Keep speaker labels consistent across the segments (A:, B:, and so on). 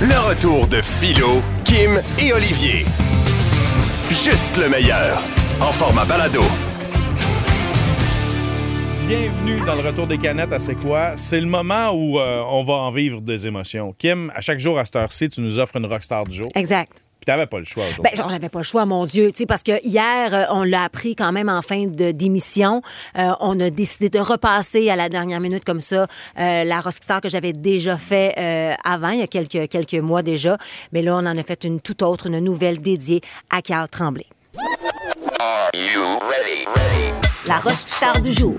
A: Le retour de Philo, Kim et Olivier. Juste le meilleur. En format balado.
B: Bienvenue dans le retour des canettes à C'est quoi? C'est le moment où euh, on va en vivre des émotions. Kim, à chaque jour à cette heure-ci, tu nous offres une rockstar du jour.
C: Exact.
B: Puis t'avais pas le choix
C: Ben, on n'avait pas le choix, mon Dieu. Tu sais, parce que hier, euh, on l'a appris quand même en fin de démission. Euh, on a décidé de repasser à la dernière minute comme ça euh, la Rockstar que j'avais déjà fait euh, avant, il y a quelques, quelques mois déjà. Mais là, on en a fait une toute autre, une nouvelle dédiée à Carl Tremblay. La Rockstar du jour.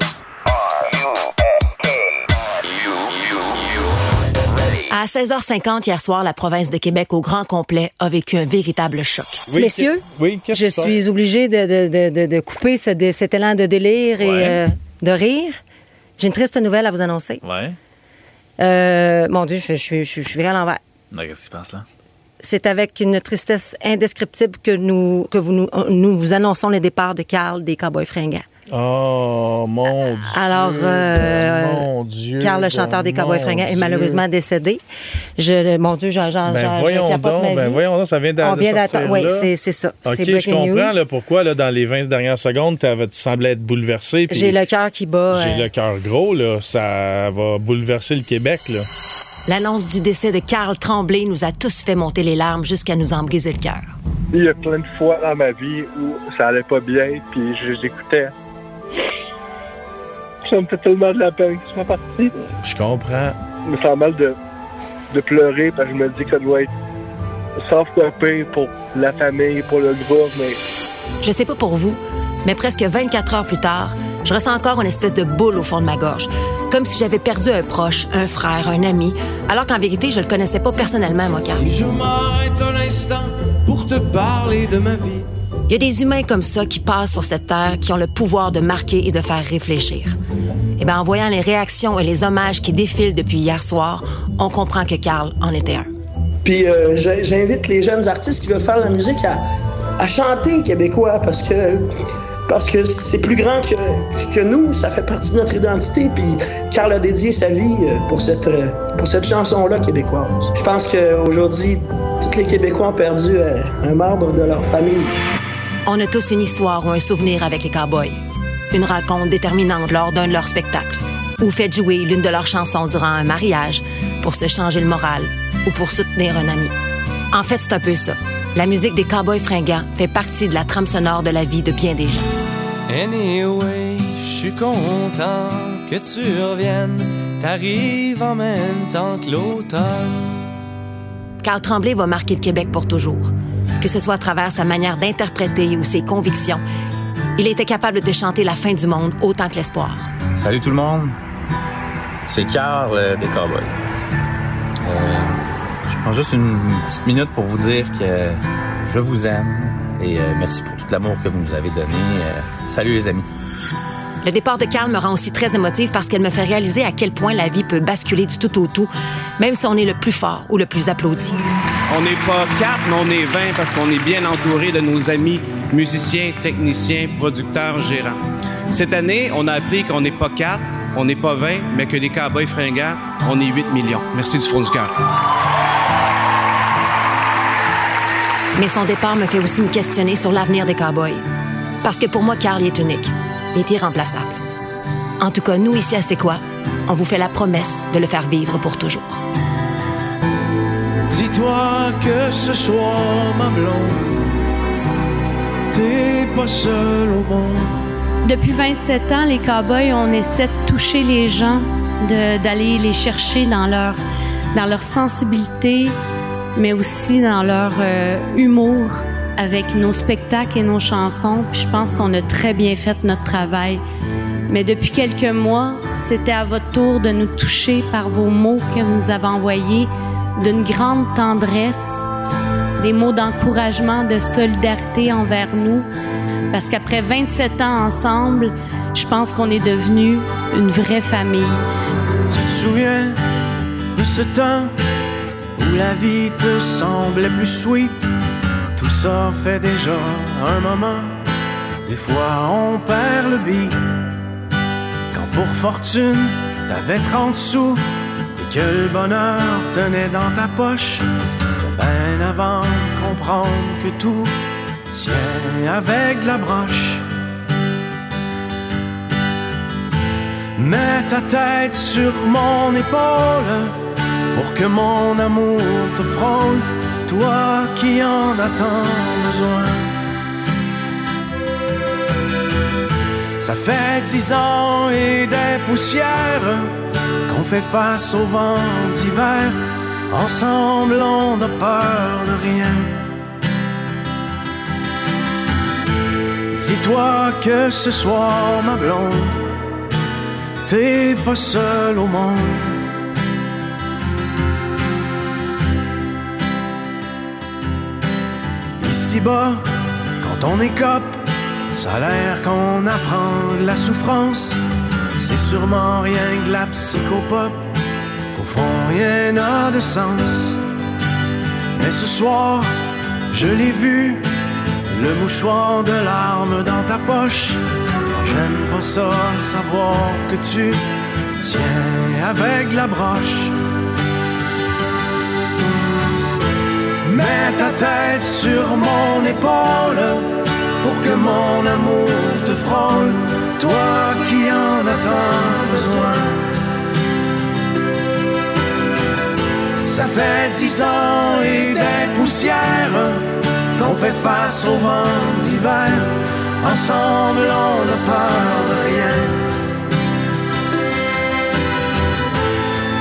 C: À 16h50 hier soir, la province de Québec au grand complet a vécu un véritable choc.
B: Oui,
C: Messieurs,
B: qu'est- oui, qu'est-ce
C: je
B: qui se passe?
C: suis obligée de, de- de- de- de couper ce dé- cet élan de délire
D: Ouais.
C: et euh, de rire. J'ai une triste nouvelle à vous annoncer.
D: Ouais.
C: Euh, mon Dieu, je, je, je, je- je suis virée à l'envers.
D: Non, Qu'est-ce qui se passe là?
C: C'est avec une tristesse indescriptible que nous, que vous nous, euh, nous vous annonçons le départ de Carl des Cowboys fringants.
B: Oh mon Dieu.
C: Ben, Alors, euh,
B: mon Dieu.
C: Carl, le chanteur des
B: mon
C: Cowboys fringants, est
B: Dieu.
C: malheureusement décédé. Je, mon Dieu, j'en, j'en, j'en-
B: Ben
C: je
B: voyons
C: capote
B: donc,
C: ma
B: ben
C: vie.
B: voyons donc, ça vient d'a-
C: On
B: de
C: vient
B: sortir
C: d'attendre. Oui,
B: là.
C: c'est, c'est ça.
B: OK,
C: c'est
B: je
C: breaking
B: comprends
C: news.
B: là, pourquoi là, dans les 20 dernières secondes, t'avais- tu semblais être bouleversé. puis
C: J'ai le cœur qui bat.
B: J'ai
C: euh,
B: le cœur gros, là. Ça va bouleverser le Québec, là.
C: L'annonce du décès de Carl Tremblay nous a tous fait monter les larmes jusqu'à nous en briser le cœur.
E: Il y a plein de fois dans ma vie où ça allait pas bien, puis je les écoutais. Ça me fait tellement de la peine qu'ils soient partis.
B: Je comprends.
E: Je me sens mal de, de pleurer parce que je me dis que ça doit être sauf pire pour la famille, pour le groupe, mais
C: Je sais pas pour vous, mais presque 24 heures plus tard, je ressens encore une espèce de boule au fond de ma gorge. Comme si j'avais perdu un proche, un frère, un ami, alors qu'en vérité, je le connaissais pas personnellement, mon Carl.
F: Je m'arrête un instant pour te parler de ma vie.
C: Il y a des humains comme ça qui passent sur cette terre qui ont le pouvoir de marquer et de faire réfléchir. Et bien, en voyant les réactions et les hommages qui défilent depuis hier soir, on comprend que Carl en était un.
G: Puis euh, j'ai- j'invite les jeunes artistes qui veulent faire de la musique à, à chanter québécois parce que parce que c'est plus grand que, que nous, ça fait partie de notre identité. Puis Carl a dédié sa vie euh, pour cette euh, pour cette chanson-là québécoise. Je pense qu'aujourd'hui, tous les Québécois ont perdu euh, un membre de leur famille.
C: On a tous une histoire ou un souvenir avec les cowboys. Une rencontre déterminante lors d'un de leurs spectacles. Ou fait jouer l'une de leurs chansons durant un mariage pour se changer le moral ou pour soutenir un ami. En fait, c'est un peu ça. La musique des cowboys fringants fait partie de la trame sonore de la vie de bien des gens.
F: Anyway, je suis content que tu reviennes. T'arrives en même temps que l'automne.
C: Carl Tremblay va marquer le Québec pour toujours. Que ce soit à travers sa manière d'interpréter ou ses convictions, il était capable de chanter la fin du monde autant que l'espoir.
H: Salut tout le monde, c'est Carl euh, des Cowboys. Euh, je prends juste une petite minute pour vous dire que je vous aime et euh, merci pour tout l'amour que vous nous avez donné. Euh, salut les amis.
C: Le départ de Carl me rend aussi très émotive parce qu'elle me fait réaliser à quel point la vie peut basculer du tout au tout, même si on est le plus fort ou le plus applaudi.
I: On n'est pas quatre, mais on est 20 parce qu'on est bien entouré de nos amis musiciens, techniciens, producteurs, gérants. Cette année, on a appris qu'on n'est pas quatre, on n'est pas 20, mais que les cowboys fringants, on est 8 millions. Merci du fond du cœur.
C: Mais son départ me fait aussi me questionner sur l'avenir des cowboys. Parce que pour moi, Carl il est unique. Il est irremplaçable. En tout cas, nous ici à C'est quoi, on vous fait la promesse de le faire vivre pour toujours.
F: Dis-toi que ce soir, ma blonde, t'es pas seul au monde.
J: Depuis 27 ans, les cowboys, on essaie de toucher les gens, de- d'aller les chercher dans leur, dans leur sensibilité, mais aussi dans leur euh, humour avec nos spectacles et nos chansons. Puis je pense qu'on a très bien fait notre travail. Mais depuis quelques mois, c'était à votre tour de nous toucher par vos mots que vous nous avez envoyés,
K: d'une grande tendresse, des mots d'encouragement, de solidarité envers nous. Parce qu'après 27 ans ensemble, je pense qu'on est devenus une vraie famille.
F: Tu te souviens de ce temps où la vie te semblait plus sweet? Tout ça fait déjà un moment. Des fois on perd le beat. Quand pour fortune t'avais 30 sous et que le bonheur tenait dans ta poche, c'était bien avant de comprendre que tout tient avec de la broche. Mets ta tête sur mon épaule pour que mon amour te frôle, toi qui en as tant besoin. Ça fait dix ans et des poussières qu'on fait face au vent d'hiver. Ensemble, on n'a peur de rien. Dis-toi que ce soir, ma blonde, t'es pas seule au monde. Ici-bas, quand on est cop, ça a l'air qu'on apprend de la souffrance. C'est sûrement rien que la psychopop, au fond rien n'a de sens. Mais ce soir, je l'ai vu, le mouchoir de larmes dans ta poche. J'aime pas ça, savoir que tu tiens avec la broche. Mets ta tête sur mon épaule pour que mon amour te frôle, toi qui en as tant besoin. Ça fait dix ans et des poussières qu'on fait face au vent d'hiver. Ensemble, on ne peur de rien.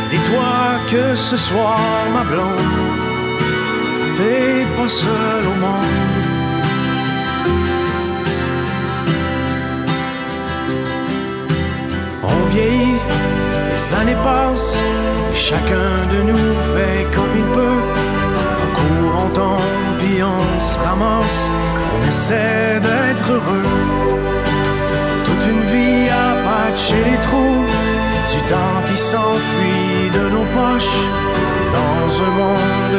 F: Dis-toi que ce soir, ma blonde, t'es pas seul au monde. On vieillit, les années passent, et chacun de nous fait comme il peut. On court, on tombe, puis on se ramasse, on essaie d'être heureux. Toute une vie à patcher les trous, du temps qui s'enfuit de nos poches, dans un monde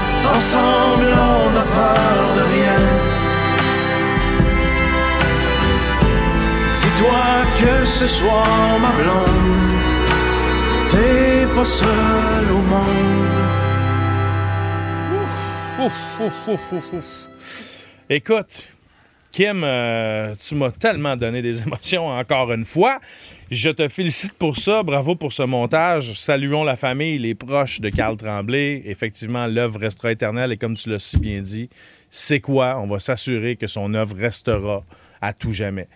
F: Ensemble, on n'a peur de rien. Dis-toi que ce soir, ma blonde, T'es pas seul au monde.
B: Ouf, ouf, ouf, ouf, ouf. Écoute, Kim, euh, tu m'as tellement donné des émotions encore une fois. Je te félicite pour ça. Bravo pour ce montage. Saluons la famille, les proches de Carl Tremblay. Effectivement, l'œuvre restera éternelle et comme tu l'as si bien dit, c'est quoi? On va s'assurer que son œuvre restera à tout jamais.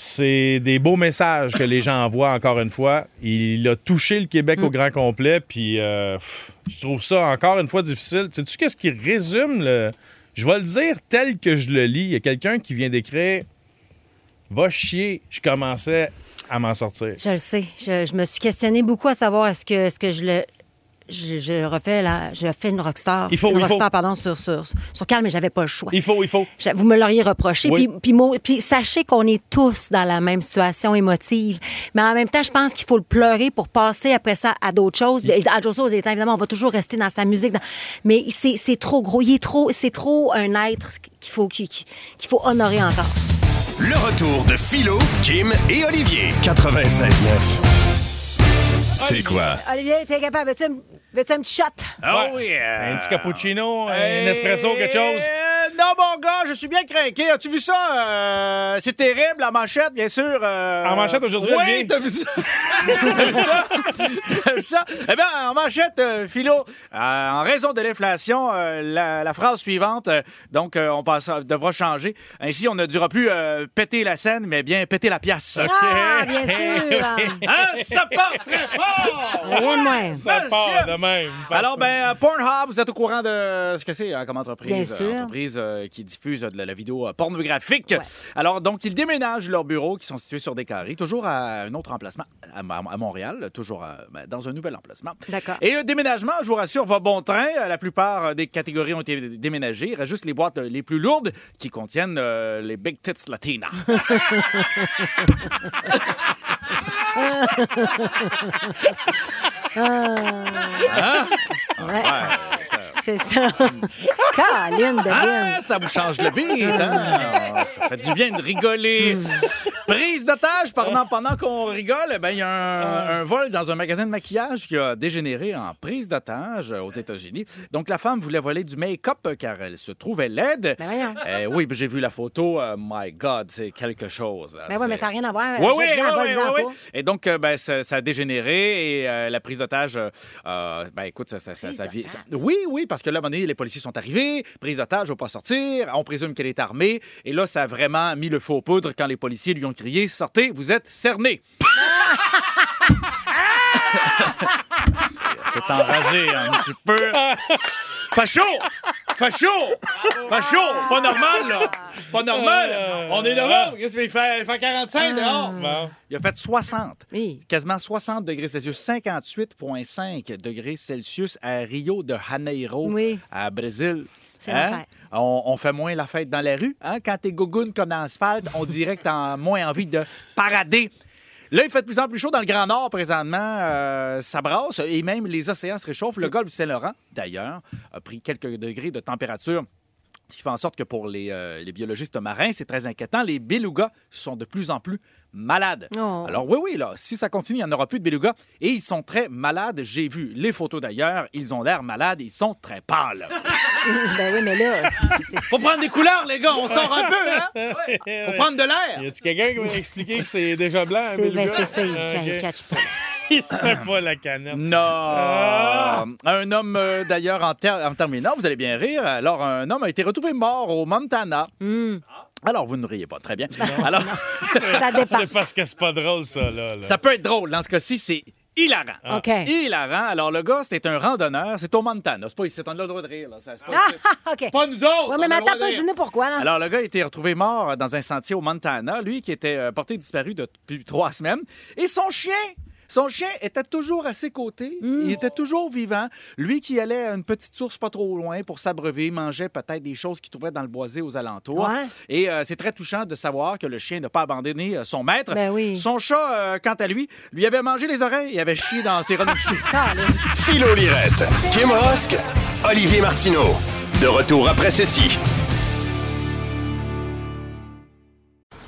B: C'est des beaux messages que les gens envoient, encore une fois. Il a touché le Québec
K: Mm.
B: au grand complet, puis euh, pff, je trouve ça, encore une fois, difficile. Sais-tu qu'est-ce qui résume le... Je vais le dire tel que je le lis. Il y a quelqu'un qui vient d'écrire « Va chier, je commençais à m'en sortir ».
C: Je le sais. Je, je me suis questionnée beaucoup à savoir est-ce que, est-ce que je le. Je, je refais la, je fais une rockstar.
B: Il faut,
C: une
B: il faut.
C: rockstar, pardon, sur, sur, sur calme, mais j'avais pas le choix.
B: Il faut, il faut.
C: Je- Vous me l'auriez reproché.
B: Oui.
C: Puis, puis mo- puis sachez qu'on est tous dans la même situation émotive. Mais en même temps, je pense qu'il faut le pleurer pour passer après ça à d'autres choses. Et À d'autres choses, étant, évidemment, on va toujours rester dans sa musique. dans- Mais c'est c'est trop gros. Il est trop, c'est trop un être qu'il faut, qu'il qu'il faut honorer encore.
L: Le retour de Philo, Kim et Olivier. 96.9. C'est quoi?
C: Olivier, t'es capable? Veux-tu, un petit shot?
K: Ah.
B: Ouais. Un petit cappuccino, un espresso, quelque chose.
M: Euh, Non, mon gars, je suis bien craqué. As-tu vu ça? Euh, c'est terrible, la manchette, bien sûr. euh.
B: En manchette aujourd'hui,
M: Oui,
B: Olivier?
M: t'as vu ça?
K: T'aimes ça? T'aimes ça? Eh bien, on manchette, euh, Philo, euh, en raison de l'inflation, euh, la, la phrase suivante, euh, donc, euh, on passe- devra changer. Ainsi, on ne dira plus euh, péter la scène, mais bien péter la pièce.
C: Ah, bien sûr.
K: Hein, ça part très fort!
C: Rien de moins.
B: Ça part de même.
K: Alors, ben, euh, Pornhub, vous êtes au courant de ce que c'est hein, comme entreprise?
B: Bien sûr.
K: Euh, Entreprise euh, qui diffuse euh, de la, la vidéo euh, pornographique. Alors, donc, ils déménagent leurs bureaux qui sont situés sur des carrés, toujours à un autre emplacement, à, à- à Montréal, toujours à- ben, dans un nouvel emplacement.
C: D'accord.
K: Et euh, le déménagement, je vous rassure, va bon train. Euh, La plupart euh, des catégories ont été déménagées. Il reste juste les boîtes euh, les plus lourdes qui contiennent euh, les Big Tits Latina.
C: Ah. Ouais. C'est ça. Caroline de
K: Ah, ça vous change le beat, hein? Ah, Ça fait du bien de
C: Hmm.
K: rigoler. Prise d'otage, pendant,
C: Ah.
K: pendant qu'on rigole, ben, il y a un, un vol dans un magasin de maquillage qui a dégénéré en prise d'otage euh, aux États-Unis. Donc, la femme voulait voler du make-up euh, car elle se trouvait laide.
C: Ben
K: Euh, oui, puis j'ai vu la photo. euh, my God, c'est quelque chose. hein,
C: Ben Mais oui, mais ça n'a rien à voir.
K: Oui,
C: Je
K: oui,
C: dis,
K: oui,
C: en
K: oui,
C: vol-en
K: oui,
C: pas.
K: oui. Et donc, euh, ben, ça, ça a dégénéré et euh, la prise d'otage, euh, euh, ben, écoute, ça, ça, ça, ça vit- ça- Oui, oui, parce que là, à un moment donné, les policiers sont arrivés, prise d'otage, on pas sortir, on présume qu'elle est armée. Et là, ça a vraiment mis le faux aux poudres quand les policiers lui ont crié Sortez, vous êtes cerné. C'est enragé un petit peu. Facho! Facho! Facho! Pas normal, là!
B: Euh,
K: Pas normal! On est novembre! Qu'est-ce qu'il fait? Il fait 45 dehors! Il a fait 60. Quasiment 60 degrés Celsius. 58,5 degrés Celsius à Rio de Janeiro, à Brésil. Hein?
C: C'est l'affaire.
K: On, on fait moins la fête dans la rue. Hein? Quand t'es gougoune comme dans l'asphalte, on dirait que t'as moins envie de parader. Là, il fait de plus en plus chaud dans le Grand Nord présentement. euh, ça brasse et même les océans se réchauffent. Le golfe du Saint-Laurent, d'ailleurs, a pris quelques degrés de température. Ce qui fait en sorte que pour les, euh, les biologistes marins, c'est très inquiétant. Les belugas sont de plus en plus malades.
C: Oh.
K: Alors oui, oui, là, si ça continue, il n'y en aura plus de belugas. Et ils sont très malades. J'ai vu les photos d'ailleurs. Ils ont l'air malades. Ils sont très pâles.
C: ben oui, mais là, c'est- c'est-
K: Faut prendre des couleurs, les gars. On sort un peu, hein? Faut prendre de l'air.
B: Y a-tu quelqu'un qui va expliquer que c'est déjà blanc? hein,
C: c'est ben,
B: Beluga?
C: c'est ça, il
B: Ah,
C: il
B: ok.
C: catch pas.
B: Il sait pas la canette.
K: Non! Un homme, euh, d'ailleurs, en, ter- en terminant, vous allez bien rire. Alors, un homme a été retrouvé mort au Montana. Alors, vous ne riez pas très bien. Alors,
C: Ça dépend.
B: C'est parce que c'est pas drôle, ça, là. là.
K: ça peut être drôle. Dans ce cas-ci, c'est hilarant.
B: Ah. OK.
K: Hilarant. Alors, le gars, c'est un randonneur. C'est au Montana. C'est pas ici. On a le droit de rire. là. Ça, c'est pas ici.
C: Ah, OK.
K: Pas nous
C: Ouais,
K: autres!
C: mais
K: on a le droit
C: attends,
K: de
C: pas
K: rire.
C: dis-nous pourquoi, là.
K: Alors, le gars a été retrouvé mort euh, dans un sentier au Montana, lui qui était euh, porté disparu depuis trois semaines. Et son chien, son chien était toujours à ses côtés.
C: Mm.
K: Il était toujours vivant. Lui qui allait à une petite source pas trop loin pour s'abreuver, mangeait peut-être des choses qu'il trouvait dans le boisé aux alentours.
C: Ouais.
K: Et euh, c'est très touchant de savoir que le chien n'a pas abandonné euh, son maître.
C: Ben oui.
K: Son chat, euh, quant à lui, lui avait mangé les oreilles et avait chié dans ses renouchés.
N: Philo Lirette, Kim Rosk, Olivier Martineau. De retour après ceci.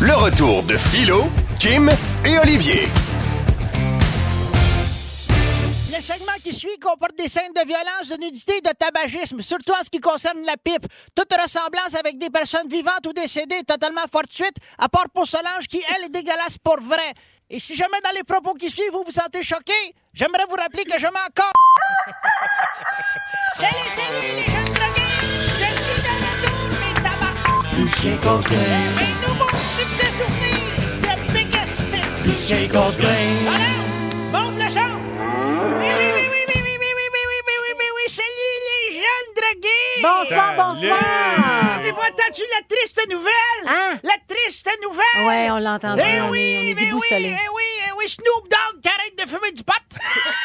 N: Le retour de Philo, Kim et Olivier.
O: Le segment qui suit comporte des scènes de violence, de nudité et de tabagisme, surtout en ce qui concerne la pipe. Toute ressemblance avec des personnes vivantes ou décédées est totalement fortuite, à part pour Solange qui, elle, est dégueulasse pour vrai. Et si jamais dans les propos qui suivent, vous vous sentez choqué, j'aimerais vous rappeler que je m'en encore. Salut, salut, les jeunes drogués! Je suis de retour, mes tabacs!
P: Lucien Cosgrain.
O: Un nouveau succès souvenir de Biggest Hits.
P: Lucien Cosgrain.
O: Alors, monte le son! Oui, oui, oui, oui, oui, oui, oui, oui, oui, oui, oui, oui, oui, oui, salut les jeunes drogués!
C: Bonsoir, Salut. bonsoir. Hein?
O: Avez-vous entendu la triste nouvelle? La triste nouvelle!
C: Ouais, on l'a entendu,
O: Eh
C: on est-
O: oui,
C: on est
O: mais oui,
C: déboussolés.
O: eh oui, eh
Q: oui, Snoop Dogg qui arrête de fumer du pot.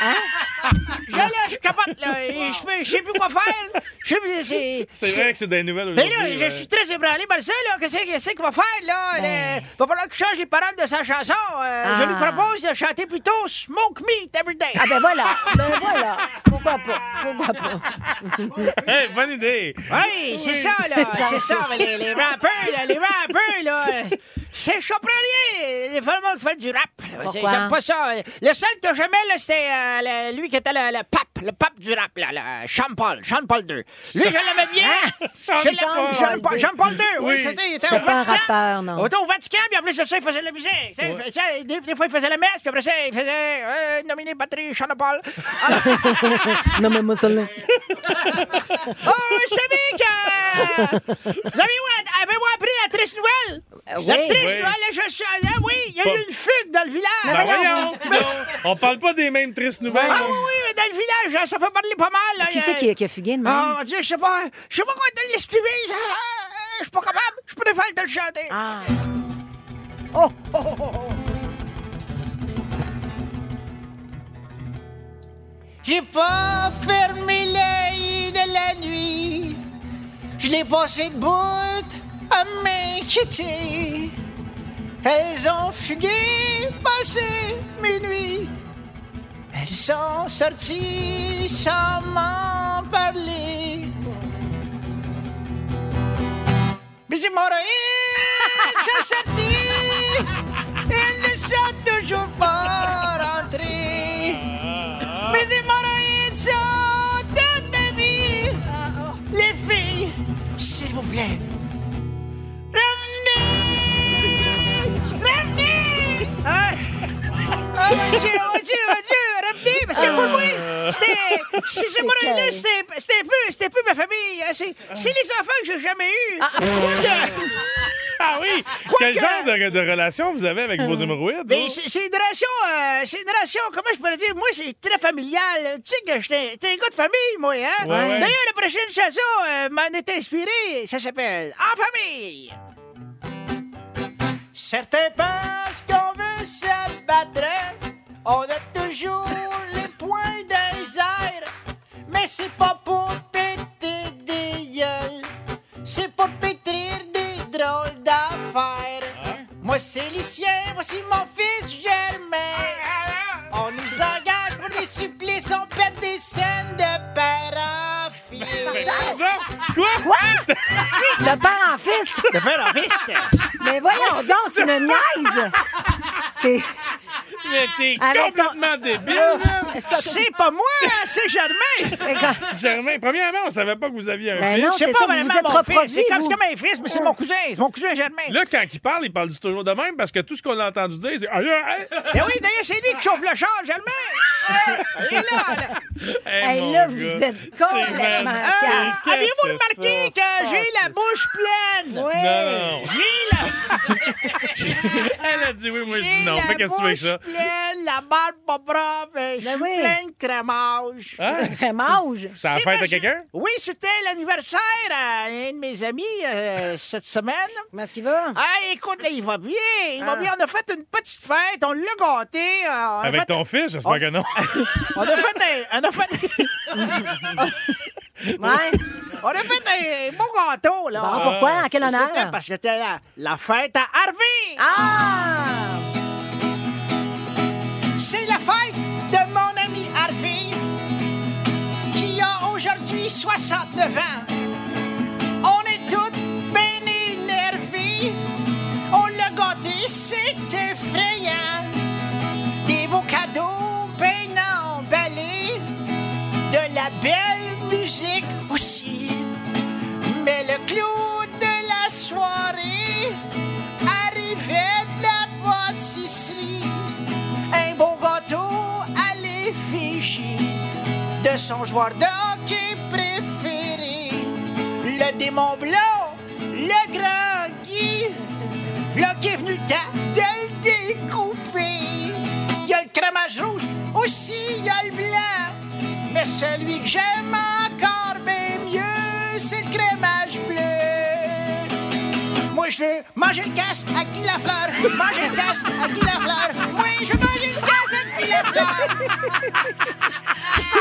C: Hein?
Q: Je là, je capote, là. et Je fais- je sais plus quoi faire. Je sais plus-
B: C'est vrai que c'est des nouvelles
Q: Mais
B: aujourd'hui.
Q: Ben
B: euh,
Q: là,
B: ouais.
Q: je suis très ébranlé par ça, là. Qu'est-ce que- qu'est-ce qu'il va faire, là? Il va falloir qu'il change les paroles de sa chanson. Euh, Je
D: Ah.
Q: lui propose de chanter plutôt Smoke Meat Every Day.
D: Ah ben voilà, ben voilà. Pourquoi pas? Pourquoi pas?
B: Hey, bonne idée!
Q: Oui, c'est ça, là. C'est ça, mais les, les rappeurs, là, les rappeurs, là. euh, C'est je comprends rien, les vraiment qui fait du rap. là. C'est-
D: Pourquoi?
Q: J'aime pas ça. Le seul que j'aimais, là, c'était euh, le- lui qui était le, le pape, le pape du rap, là, là, Sean Paul, Sean Paul II. Lui, je l'aimais bien.
D: Hein? Sean
Q: Je l'aimais-
D: Paul
Q: Sean Paul, Sean Paul II, oui.
D: Oui.
Q: c'est ça, il était
D: C'était
Q: au
D: pas un
Q: Vatican.
D: rappeur, non.
Q: Il était au Vatican, puis en plus de ça, il faisait de la musique. Tu sais, il faisait- Des, des fois, il faisait la messe, puis après ça, il faisait euh, nominer Patrick Sean Paul.
D: non, mais moi, ça là.
Q: Oh, c'est bien que... Vous avez avez-vous appris la triste nouvelle?
D: Euh, oui.
Q: La triste
B: Oui.
Q: nouvelle, je suis... Ah oui, il y a
B: Pas-
Q: eu une fugue dans le village.
K: Ah,
B: Ben voyons, Ben. non. On parle pas des mêmes tristes nouvelles.
Q: Ah oui, oui, mais dans le village, ça fait parler pas mal. là.
D: Qui
Q: Il y a-
D: c'est qui, qui a fugué de
Q: Ah,
D: même?
Q: mon Dieu, je sais pas. Je sais pas quoi te l'exprimer. Ah, ah, Je suis pas capable. Je préfère te le chanter.
D: Ah,
C: Ah.
Q: Oh, oh, oh, oh, oh.
K: J'ai pas fermé l'œil de la nuit. Je l'ai passé de bout à m'inquiéter. Elles ont fugué, passé minuit. Elles sont sorties sans m'en parler. Mais c'est mon c'est sorti. Elles ne sont toujours pas rentrées. Mes hémorroïdes sont toute ma vie. Les filles, s'il vous plaît, revenez! Revenez!
Q: Hein? Oh mon Dieu, oh mon Dieu, oh mon Dieu, revenez, parce que pour moi, c'était... c'est- C'est mon
D: C'est
Q: aîné, c'était c'était peu, c'était peu ma famille. hein. C'est c'est les enfants que j'ai jamais eus. Quoique-
B: Ah oui! Quel
Q: Quoique-
B: genre de, de relation vous avez avec vos hémorroïdes?
Q: Mais c'est c'est une relation, euh, c'est une relation, comment je pourrais dire, moi c'est très familial. Tu sais que j'étais j'étais un gars de famille, moi, hein?
B: Ouais, ouais.
Q: D'ailleurs, la prochaine chanson euh, m'en est inspirée, ça s'appelle En famille!
K: Certains pensent qu'on veut se battre. On a toujours les poings dans les airs. Mais c'est pas pour péter des gueules. C'est pour pétrir des drôles d'affaires. Moi c'est Lucien, voici mon fils Germain. On nous engage pour les supplices, on pète des scènes de père en fils.
Q: Ah,
B: Quoi?
D: Quoi? Le père en fils?
Q: Le père en fils?
D: Mais voyons donc, tu me niaises! T'es...
B: Mais t'es
D: Avec ton-
B: complètement débile,
D: Ah,
B: man.
D: est-ce que-
Q: C'est pas moi, hein, c'est Germain!
B: Germain, premièrement, on savait pas que vous aviez un
D: Ben
B: fils.
D: non, c'est ça, vous
Q: vraiment
D: vous êtes
Q: mon
D: reproduit,
Q: fils, C'est comme
D: vous.
Q: c'est comme un fils, mais c'est mon cousin, c'est mon cousin Germain.
B: Là, quand il parle, il parle du toujours de même parce que tout ce qu'on a entendu dire, c'est. Aïe, aïe,
Q: Eh oui, d'ailleurs, c'est lui qui chauffe le char, Germain! Il est là, là.
B: Hey, mon
D: là,
B: gars.
D: vous êtes
B: C'est
D: complètement
B: vraiment-
D: calme.
B: Qu'est-ce
Q: Avez-vous
B: que
Q: remarqué
B: c'est ça?
Q: que j'ai la bouche pleine?
B: Non, non.
Q: J'ai la
B: Elle a dit oui, moi je dis
Q: J'ai
B: non.
Q: la
B: Fais qu'est-ce que tu veux avec
Q: bouche
B: ça? Ben
Q: pleine, la barbe pas propre, euh, je suis
D: oui.
Q: plein de crémage.
B: Hein?
D: Rémage.
B: C'est la
Q: C'est
B: fête
Q: parce
B: à
Q: que-
B: quelqu'un?
Q: Oui, c'était l'anniversaire à un de mes amis euh, cette semaine.
D: Comment est-ce qu'il va?
Q: Ah, écoute, là, il va bien. Il
B: Ah.
Q: va bien. On a fait une petite fête. On l'a gâté. euh, on a
B: Avec
Q: fait-
B: ton fils, j'espère que non.
Q: On a fait un... On a fait,
D: Ouais.
Q: on a fait un beau gâteau, là.
D: Bon, pourquoi? En quel honneur?
Q: C'était parce que c'était la, la fête à Harvey.
D: Ah!
K: C'est la fête de mon ami Harvey qui a aujourd'hui 69 ans. On est toutes bien énervées. On l'a gâté, c'est effrayant. Des beaux cadeaux bien emballés. De la belle musique aussi. Mais le clou de la soirée arrivait de la pâtisserie. Un beau gâteau à l'effigie de son joueur de hockey préféré. Le démon blanc, le grand Guy. V'là qui est venu le temps de le découper. Il y a le crémage rouge, aussi il y a le blanc. Mais celui que j'aime encore bien mieux, c'est le crémage bleu. Moi cheveux. Manger une casse à qui la fleur. Manger une casse à qui la fleur. Oui, je mange une casse à qui la fleur.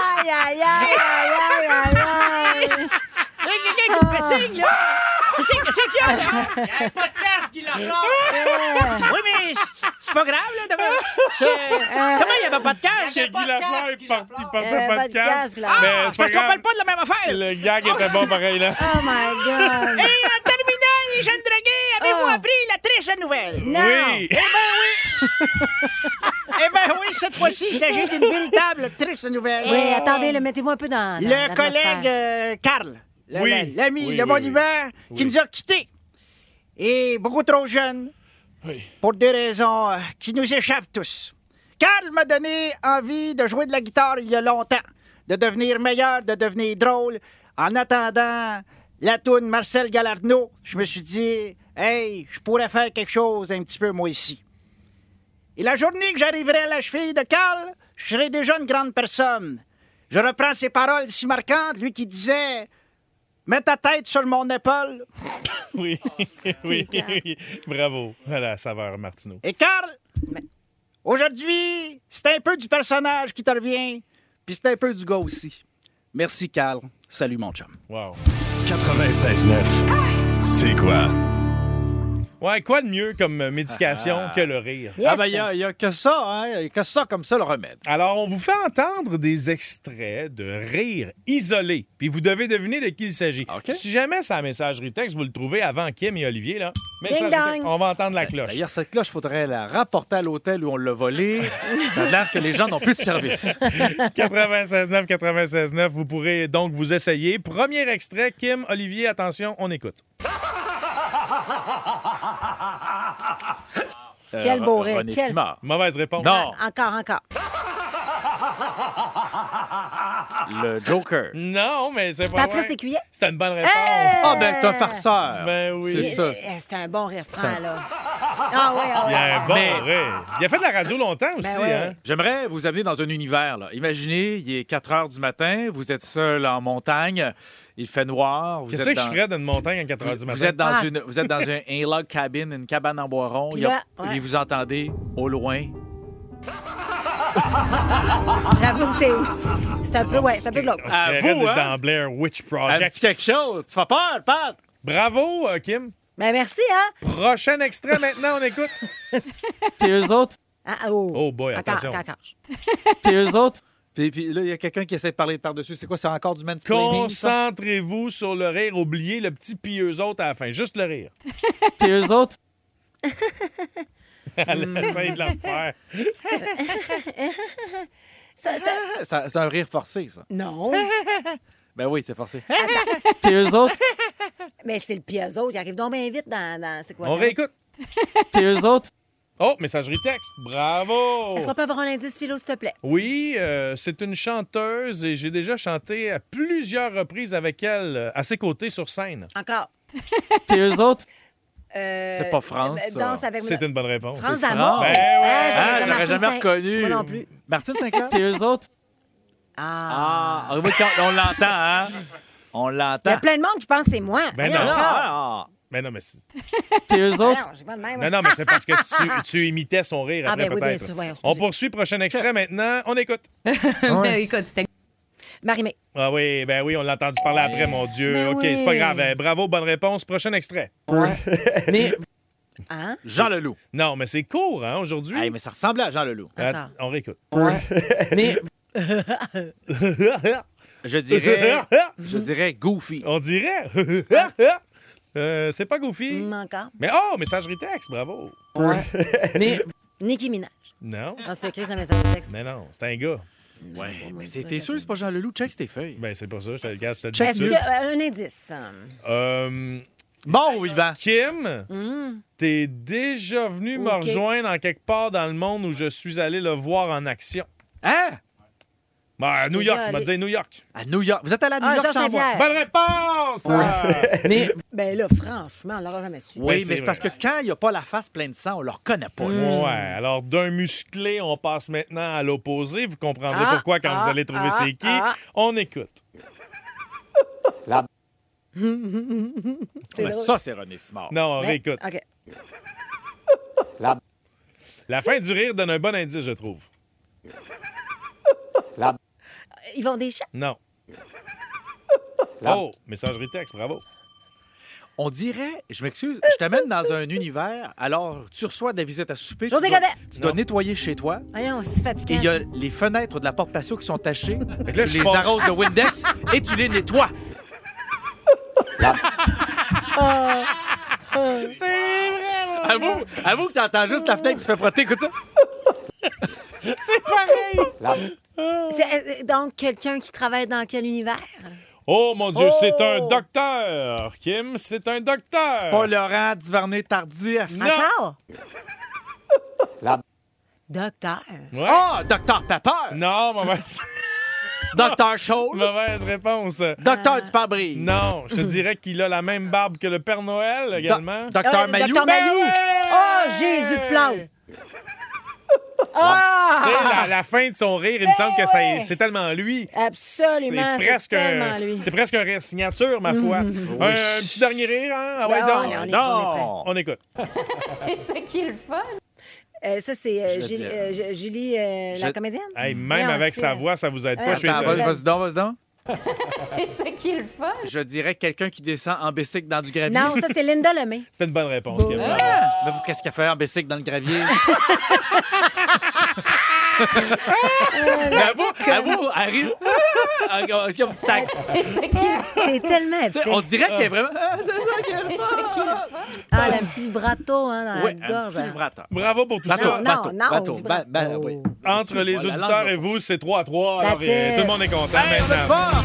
C: Aïe, aïe, aïe, aïe, aïe, aïe, aïe.
K: Il y a quelqu'un qui me fait signe, là. Qui c'est que c'est qu'il y a, là?
R: Il y a un podcast qui l'a
K: oui, mais c'est- c'est pas grave, là, demain. C'est- Comment il y avait pas de casse?
B: C'est Guy Lafleur, il part- il partait
K: Euh,
B: pas de
K: podcast,
B: casse.
K: Guy Lafleur. Ah,
B: Mais
K: c'est
B: c'est
K: parce qu'on
B: grave.
K: parle pas de la même affaire.
B: Le gag était bon pareil, là.
C: Oh my God!
K: Et en terminant, les jeunes drogués, avez-vous
C: Oh.
K: appris la triste nouvelle?
C: Non. Oui.
K: Eh bien oui! eh bien oui, cette fois-ci, il s'agit d'une véritable triste nouvelle.
C: Oui, attendez, là, mettez-vous un peu dans. dans
K: Le collègue euh, Carl, le-
C: Oui.
K: le- l'ami,
C: Oui,
K: le
C: oui,
K: monument,
C: oui.
K: qui
C: Oui.
K: nous a quittés. Et beaucoup trop jeune, pour des raisons euh, qui nous échappent tous. Carl m'a donné envie de jouer de la guitare il y a longtemps, de devenir meilleur, de devenir drôle. En attendant la toune Marcel Galarno, je me suis dit, hey, je pourrais faire quelque chose un petit peu moi ici. Et la journée que j'arriverai à la cheville de Carl, je serai déjà une grande personne. Je reprends ses paroles si marquantes, lui qui disait Mets ta tête sur mon épaule.
B: Oui, oui,
K: clair.
B: oui. Bravo. Voilà, saveur Martineau.
K: Et Carl, aujourd'hui, c'est un peu du personnage qui te revient.
F: Puis c'était un peu du gars aussi. Merci, Carl. Salut, mon chum.
B: Wow.
S: 96.9. C'est quoi?
B: Ouais, quoi de mieux comme euh, médication
F: Ah.
B: que le rire?
F: Ah, ben, il y a- il y a, que ça, hein? Il y a que ça comme ça, le remède.
B: Alors, on vous fait entendre des extraits de rire isolé, puis vous devez deviner de qui il s'agit. Si jamais c'est la messagerie texte, vous le trouvez avant Kim et Olivier, là. Messagerie
F: dong.
B: texte. On va entendre
F: Ben,
B: la cloche.
F: D'ailleurs, cette cloche, faudrait la rapporter à l'hôtel où on l'a volée. Ça a l'air que les gens n'ont plus de service.
B: 96.9, 96.9, vous pourrez donc vous essayer. Premier extrait, Kim, Olivier, attention, on écoute.
C: Quel
F: Euh,
C: beau rire, René quel- Simard.
B: Mauvaise réponse.
C: Non. Encore, encore.
F: Le Joker.
B: Non, mais c'est pas
C: Patrice
B: vrai.
C: Écuyer.
B: C'était une bonne réponse.
F: Ah, ben, c'est un farceur.
B: Ben oui.
F: C'est ça.
C: Eh, C'était un bon rire franc, là. Ah oui, ah
B: Il y a
C: oui.
B: un bon rire. Il a fait de la radio longtemps aussi.
C: Ben ouais.
B: hein?
F: J'aimerais vous amener dans un univers. là. Imaginez, il est 4 heures du matin, vous êtes seul en montagne, il fait noir. vous
B: Qu'est-ce
F: êtes
B: que je
F: dans-
B: ferais d'une montagne à 4 h du matin?
F: Vous êtes dans,
B: Ah.
F: une, vous êtes dans un, un log cabin, une cabane en bois rond.
B: Puis
F: il y a-
B: là, ouais.
F: Et vous entendez au loin.
C: J'avoue que c'est. C'est un peu, ouais, c'est un peu glauque.
F: À
B: Arrête
F: vous,
B: d'être
F: hein?
B: dans Blair Witch Project.
F: Un petit quelque chose. Tu fais peur, Pat.
B: Bravo, euh, Kim.
C: Ben merci, hein?
B: Prochain extrait maintenant, on écoute.
F: Puis eux autres.
C: Ah, oh.
F: boy,
C: Encore, attention. encore,
F: Puis eux autres. Puis, puis là, il y a quelqu'un qui essaie de parler de par-dessus. C'est quoi? C'est encore du mansplaining? ça?
B: Concentrez-vous sur le rire. Oubliez le petit pieux autres à la fin. Juste le rire.
F: Puis eux autres.
B: Elle essaie de le faire.
C: Ça- ça-
F: Ça- C'est un rire forcé, ça.
C: Non.
F: Ben oui, c'est forcé.
C: Attends.
F: Puis eux autres.
C: Mais c'est le piazo, il arrive donc bien vite dans. dans- c'est quoi
B: On
C: ça?
B: réécoute.
F: Puis eux autres.
B: Oh, messagerie texte. Bravo.
C: Est-ce qu'on peut avoir un indice philo, s'il te plaît?
B: Oui, euh, c'est une chanteuse et j'ai déjà chanté à plusieurs reprises avec elle euh, à ses côtés sur scène.
C: Encore.
B: Puis eux autres?
C: Euh,
B: C'est pas France,
C: euh,
B: ça.
C: Danse avec
B: C'est une bonne réponse.
C: France
B: C'est
C: d'amour.
B: France. Ben ouais. Ah,
C: j'aurais dit
B: je l'aurais
C: Martine
B: jamais
C: Saint-
B: reconnu.
C: Moi non plus.
F: Martine Sinclair.
C: Puis
F: eux autres. Ah. oui, quand- on l'entend, hein? On
C: Il y a
F: l'entend. Ah,
C: plein de monde qui pense que c'est moi.
B: Ben
C: Voyons
B: non.
C: encore.
B: Mais non, mais c'est-
F: Puis eux
C: Ah non, j'ai pas de même,
B: Non, non, mais c'est parce que tu, tu imitais son rire
C: Ah,
B: après,
C: ben oui,
B: peut-être.
C: bien sûr, voyons,
B: On poursuit, prochain extrait maintenant. On écoute.
C: Ben, écoute, c'était. Marimé.
B: Ah oui, ben oui, on l'a entendu parler après, mon Dieu.
C: Ben
B: OK,
C: oui.
B: c'est pas grave. Eh, bravo, bonne réponse. Prochain extrait.
C: Hein?
F: Jean Leloup.
B: Non, mais c'est court, hein, aujourd'hui.
F: mais ça ressemblait à Jean Leloup.
C: D'accord.
B: on réécoute.
F: Je dirais. je dirais Goofy.
B: On dirait. Euh, c'est pas Goofy.
C: encore.
B: Mais oh, messagerie texte, bravo.
C: Nicki Minaj.
B: Non.
C: On s'est Ah, écrit sa message de texte.
B: Mais non, c'est un gars. Ouais,
F: mais c'était sûr, c'est pas Jean Leloup. Check tes feuilles.
B: Ben, c'est pas ça, je te le gage, je te le dis.
C: Est-ce
B: tout de
C: que.
B: suite.
C: euh, un indice. euh,
B: Euh,
F: Bon ben. ou vivant?
B: Kim,
C: hmm.
B: t'es déjà venu me
C: Ok.
B: rejoindre en quelque part dans le monde où je suis allé le voir en action.
F: Hein?
B: Ben, à New York,
C: déjà
B: m'a
C: allé-
B: dit New York.
F: À New York. Vous êtes allé à
C: New Ah, York Jean sans moi? Saint-Pierre.
B: Bonne réponse!
C: Ben là, franchement, on l'aura jamais su.
F: Oui,
B: Ben, c'est
F: mais c'est
B: vrai. Mm.
F: parce que quand il n'y a pas la face pleine de sang, on le reconnaît pas. lui.
B: Ouais, alors d'un musclé, on passe maintenant à l'opposé. Vous comprendrez
F: Ah,
B: pourquoi quand
F: ah,
B: vous allez trouver
F: ah,
B: c'est qui.
F: ah.
B: On écoute.
F: La Ben, ça, c'est René Simard.
B: Non, on réécoute.
F: ah.
C: OK.
B: La... fin du rire donne un bon indice, je trouve.
C: Ils vont des chats.
B: Non. Oh, messagerie texte, bravo.
F: On dirait, je m'excuse, je t'amène dans un univers, alors tu reçois des visites à souper. tu
C: José
F: dois-
C: Godet!
F: Tu dois nettoyer chez toi.
C: Voyons, c'est
F: Et
C: fatigué.
F: il y a les fenêtres de la porte patio qui sont tachées.
B: Fait que là,
F: tu
B: je
F: les
B: pense-
F: arroses de Windex et tu les nettoies.
T: C'est vrai!
F: Avoue, avoue que t'entends juste la fenêtre, tu fais frotter, écoute ça.
T: C'est pareil!
C: C'est euh, donc quelqu'un qui travaille dans quel univers?
B: Oh mon Dieu,
C: Oh!
B: c'est un docteur. Kim, c'est un docteur. C'est
F: pas Laurent Duvernay Tardif.
C: Encore? Docteur.
F: Ah, docteur Pepper.
B: Non, mauvaise.
F: docteur Shaw.
B: Mauvaise réponse.
F: Docteur du Pabri.
B: Non, je te dirais qu'il a la même barbe que le Père Noël également.
F: Docteur Ben
C: Malou. Euh, Docteur Malou. Oh, Jésus de plante. Ah! Ben
B: Tu sais, la, la fin de son rire, il me semble que ça- c'est tellement lui.
C: Absolument, c'est
B: presque
C: tellement
B: un-
C: lui.
B: C'est presque un rire signature, ma foi.
C: Mhm.
B: Un,
C: Oui.
B: un petit dernier rire, hein? Ah ouais,
C: Non,
B: donc.
C: allez, on est-
B: Non.
C: on est prêt.
B: on écoute.
C: c'est ça qui est le fun. ça, c'est euh,
B: Je le
C: Julie,
B: dirais.
C: euh, Ju- Julie, euh, la
B: Je-
C: comédienne.
B: Hey, même
C: Voyons,
B: avec
C: c'est- Ah, ben
B: sa voix, ça vous aide pas.
C: Attends,
B: je suis
F: vas- Ah, vas-y donc, vas-y donc.
C: C'est ça qui est le fun.
F: Je dirais quelqu'un qui descend en bicycle dans du gravier.
C: Non, ça, c'est Linda Lemay.
B: C'était une bonne réponse, Kim.
F: Ah! Mais vous, qu'est-ce qu'elle fait en bicycle dans le gravier? Mais avoue, avoue, elle rit. Ah! Ah, C'est comme si t'as-
C: T'es tellement
F: Tu sais, On dirait qu'elle est vraiment.
C: Ah, le petit vibrato hein, dans
F: Ouais,
C: la
F: un
C: gorge.
F: petit
C: hein.
F: vibrateur.
B: Bravo pour tout
F: Bateau,
B: ça.
C: Non, bateau, non, bateau,
F: Ba- ba- oui.
B: Entre les
F: Voilà,
B: auditeurs
F: langue
B: et vous, c'est 3 à 3.
F: That's
B: Alors, et
F: it.
B: tout le monde est content
F: Hey, Ben, on a du
B: maintenant.
F: fort!